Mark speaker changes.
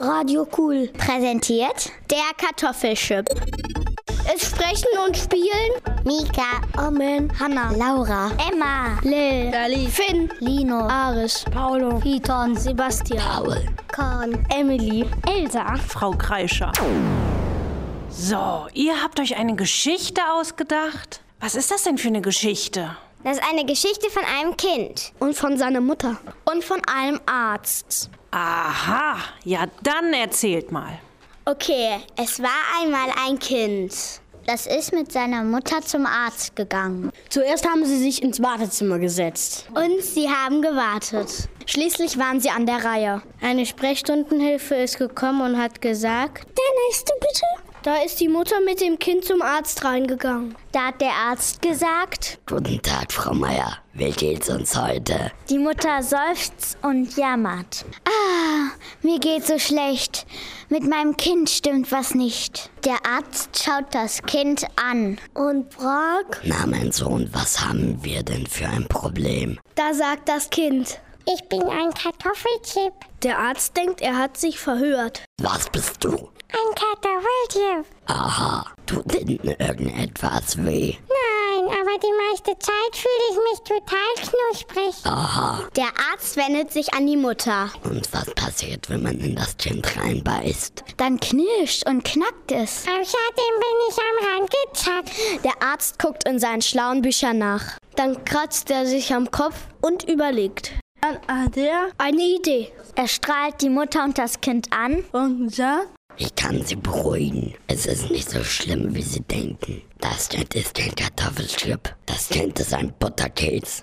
Speaker 1: Radio Cool präsentiert der Kartoffelchip. Es sprechen und spielen Mika, Omen, Hanna, Laura, Emma, Lil, Dali, Finn, Lino, Aris, Paolo, Piton, Sebastian, Paul, Korn, Emily, Elsa.
Speaker 2: Frau Kreischer. So, ihr habt euch eine Geschichte ausgedacht? Was ist das denn für eine Geschichte?
Speaker 1: Das ist eine Geschichte von einem Kind. Und von seiner Mutter. Und von einem Arzt.
Speaker 2: Aha, ja dann erzählt mal.
Speaker 1: Okay, es war einmal ein Kind. Das ist mit seiner Mutter zum Arzt gegangen.
Speaker 3: Zuerst haben sie sich ins Wartezimmer gesetzt.
Speaker 1: Und sie haben gewartet. Schließlich waren sie an der Reihe.
Speaker 3: Eine Sprechstundenhilfe ist gekommen und hat gesagt,
Speaker 1: Der nächste bitte.
Speaker 3: da ist die Mutter mit dem Kind zum Arzt reingegangen.
Speaker 1: Da hat der Arzt gesagt,
Speaker 4: Guten Tag, Frau Meier. Wie geht's uns heute?
Speaker 1: die Mutter seufzt und jammert. Ah, mir geht so schlecht. Mit meinem Kind stimmt was nicht. Der Arzt schaut das Kind an und fragt,
Speaker 4: Na, mein Sohn, was haben wir denn für ein Problem?
Speaker 3: Da sagt das Kind.
Speaker 1: ich bin ein Kartoffelchip.
Speaker 3: Der Arzt denkt, er hat sich verhört.
Speaker 4: Was bist du?
Speaker 1: Ein Kartoffelchip.
Speaker 4: Aha, tut hinten irgendetwas weh.
Speaker 1: Nein, aber die meiste Zeit fühle ich mich total knusprig.
Speaker 4: Aha,
Speaker 1: Der Arzt wendet sich an die Mutter.
Speaker 4: und was passiert, wenn man in das Kind reinbeißt?
Speaker 1: Dann knirscht und knackt es. Außerdem bin ich am Rand gezackt. Der Arzt guckt in seinen schlauen Büchern nach.
Speaker 3: Dann kratzt er sich am Kopf und überlegt. Dann hat er eine Idee
Speaker 1: Er strahlt die Mutter und das Kind an.
Speaker 3: und sagt,
Speaker 4: Ich kann sie beruhigen. Es ist nicht so schlimm, wie sie denken. Das Kind ist kein Kartoffelchip. Das Kind ist ein Butterkeks.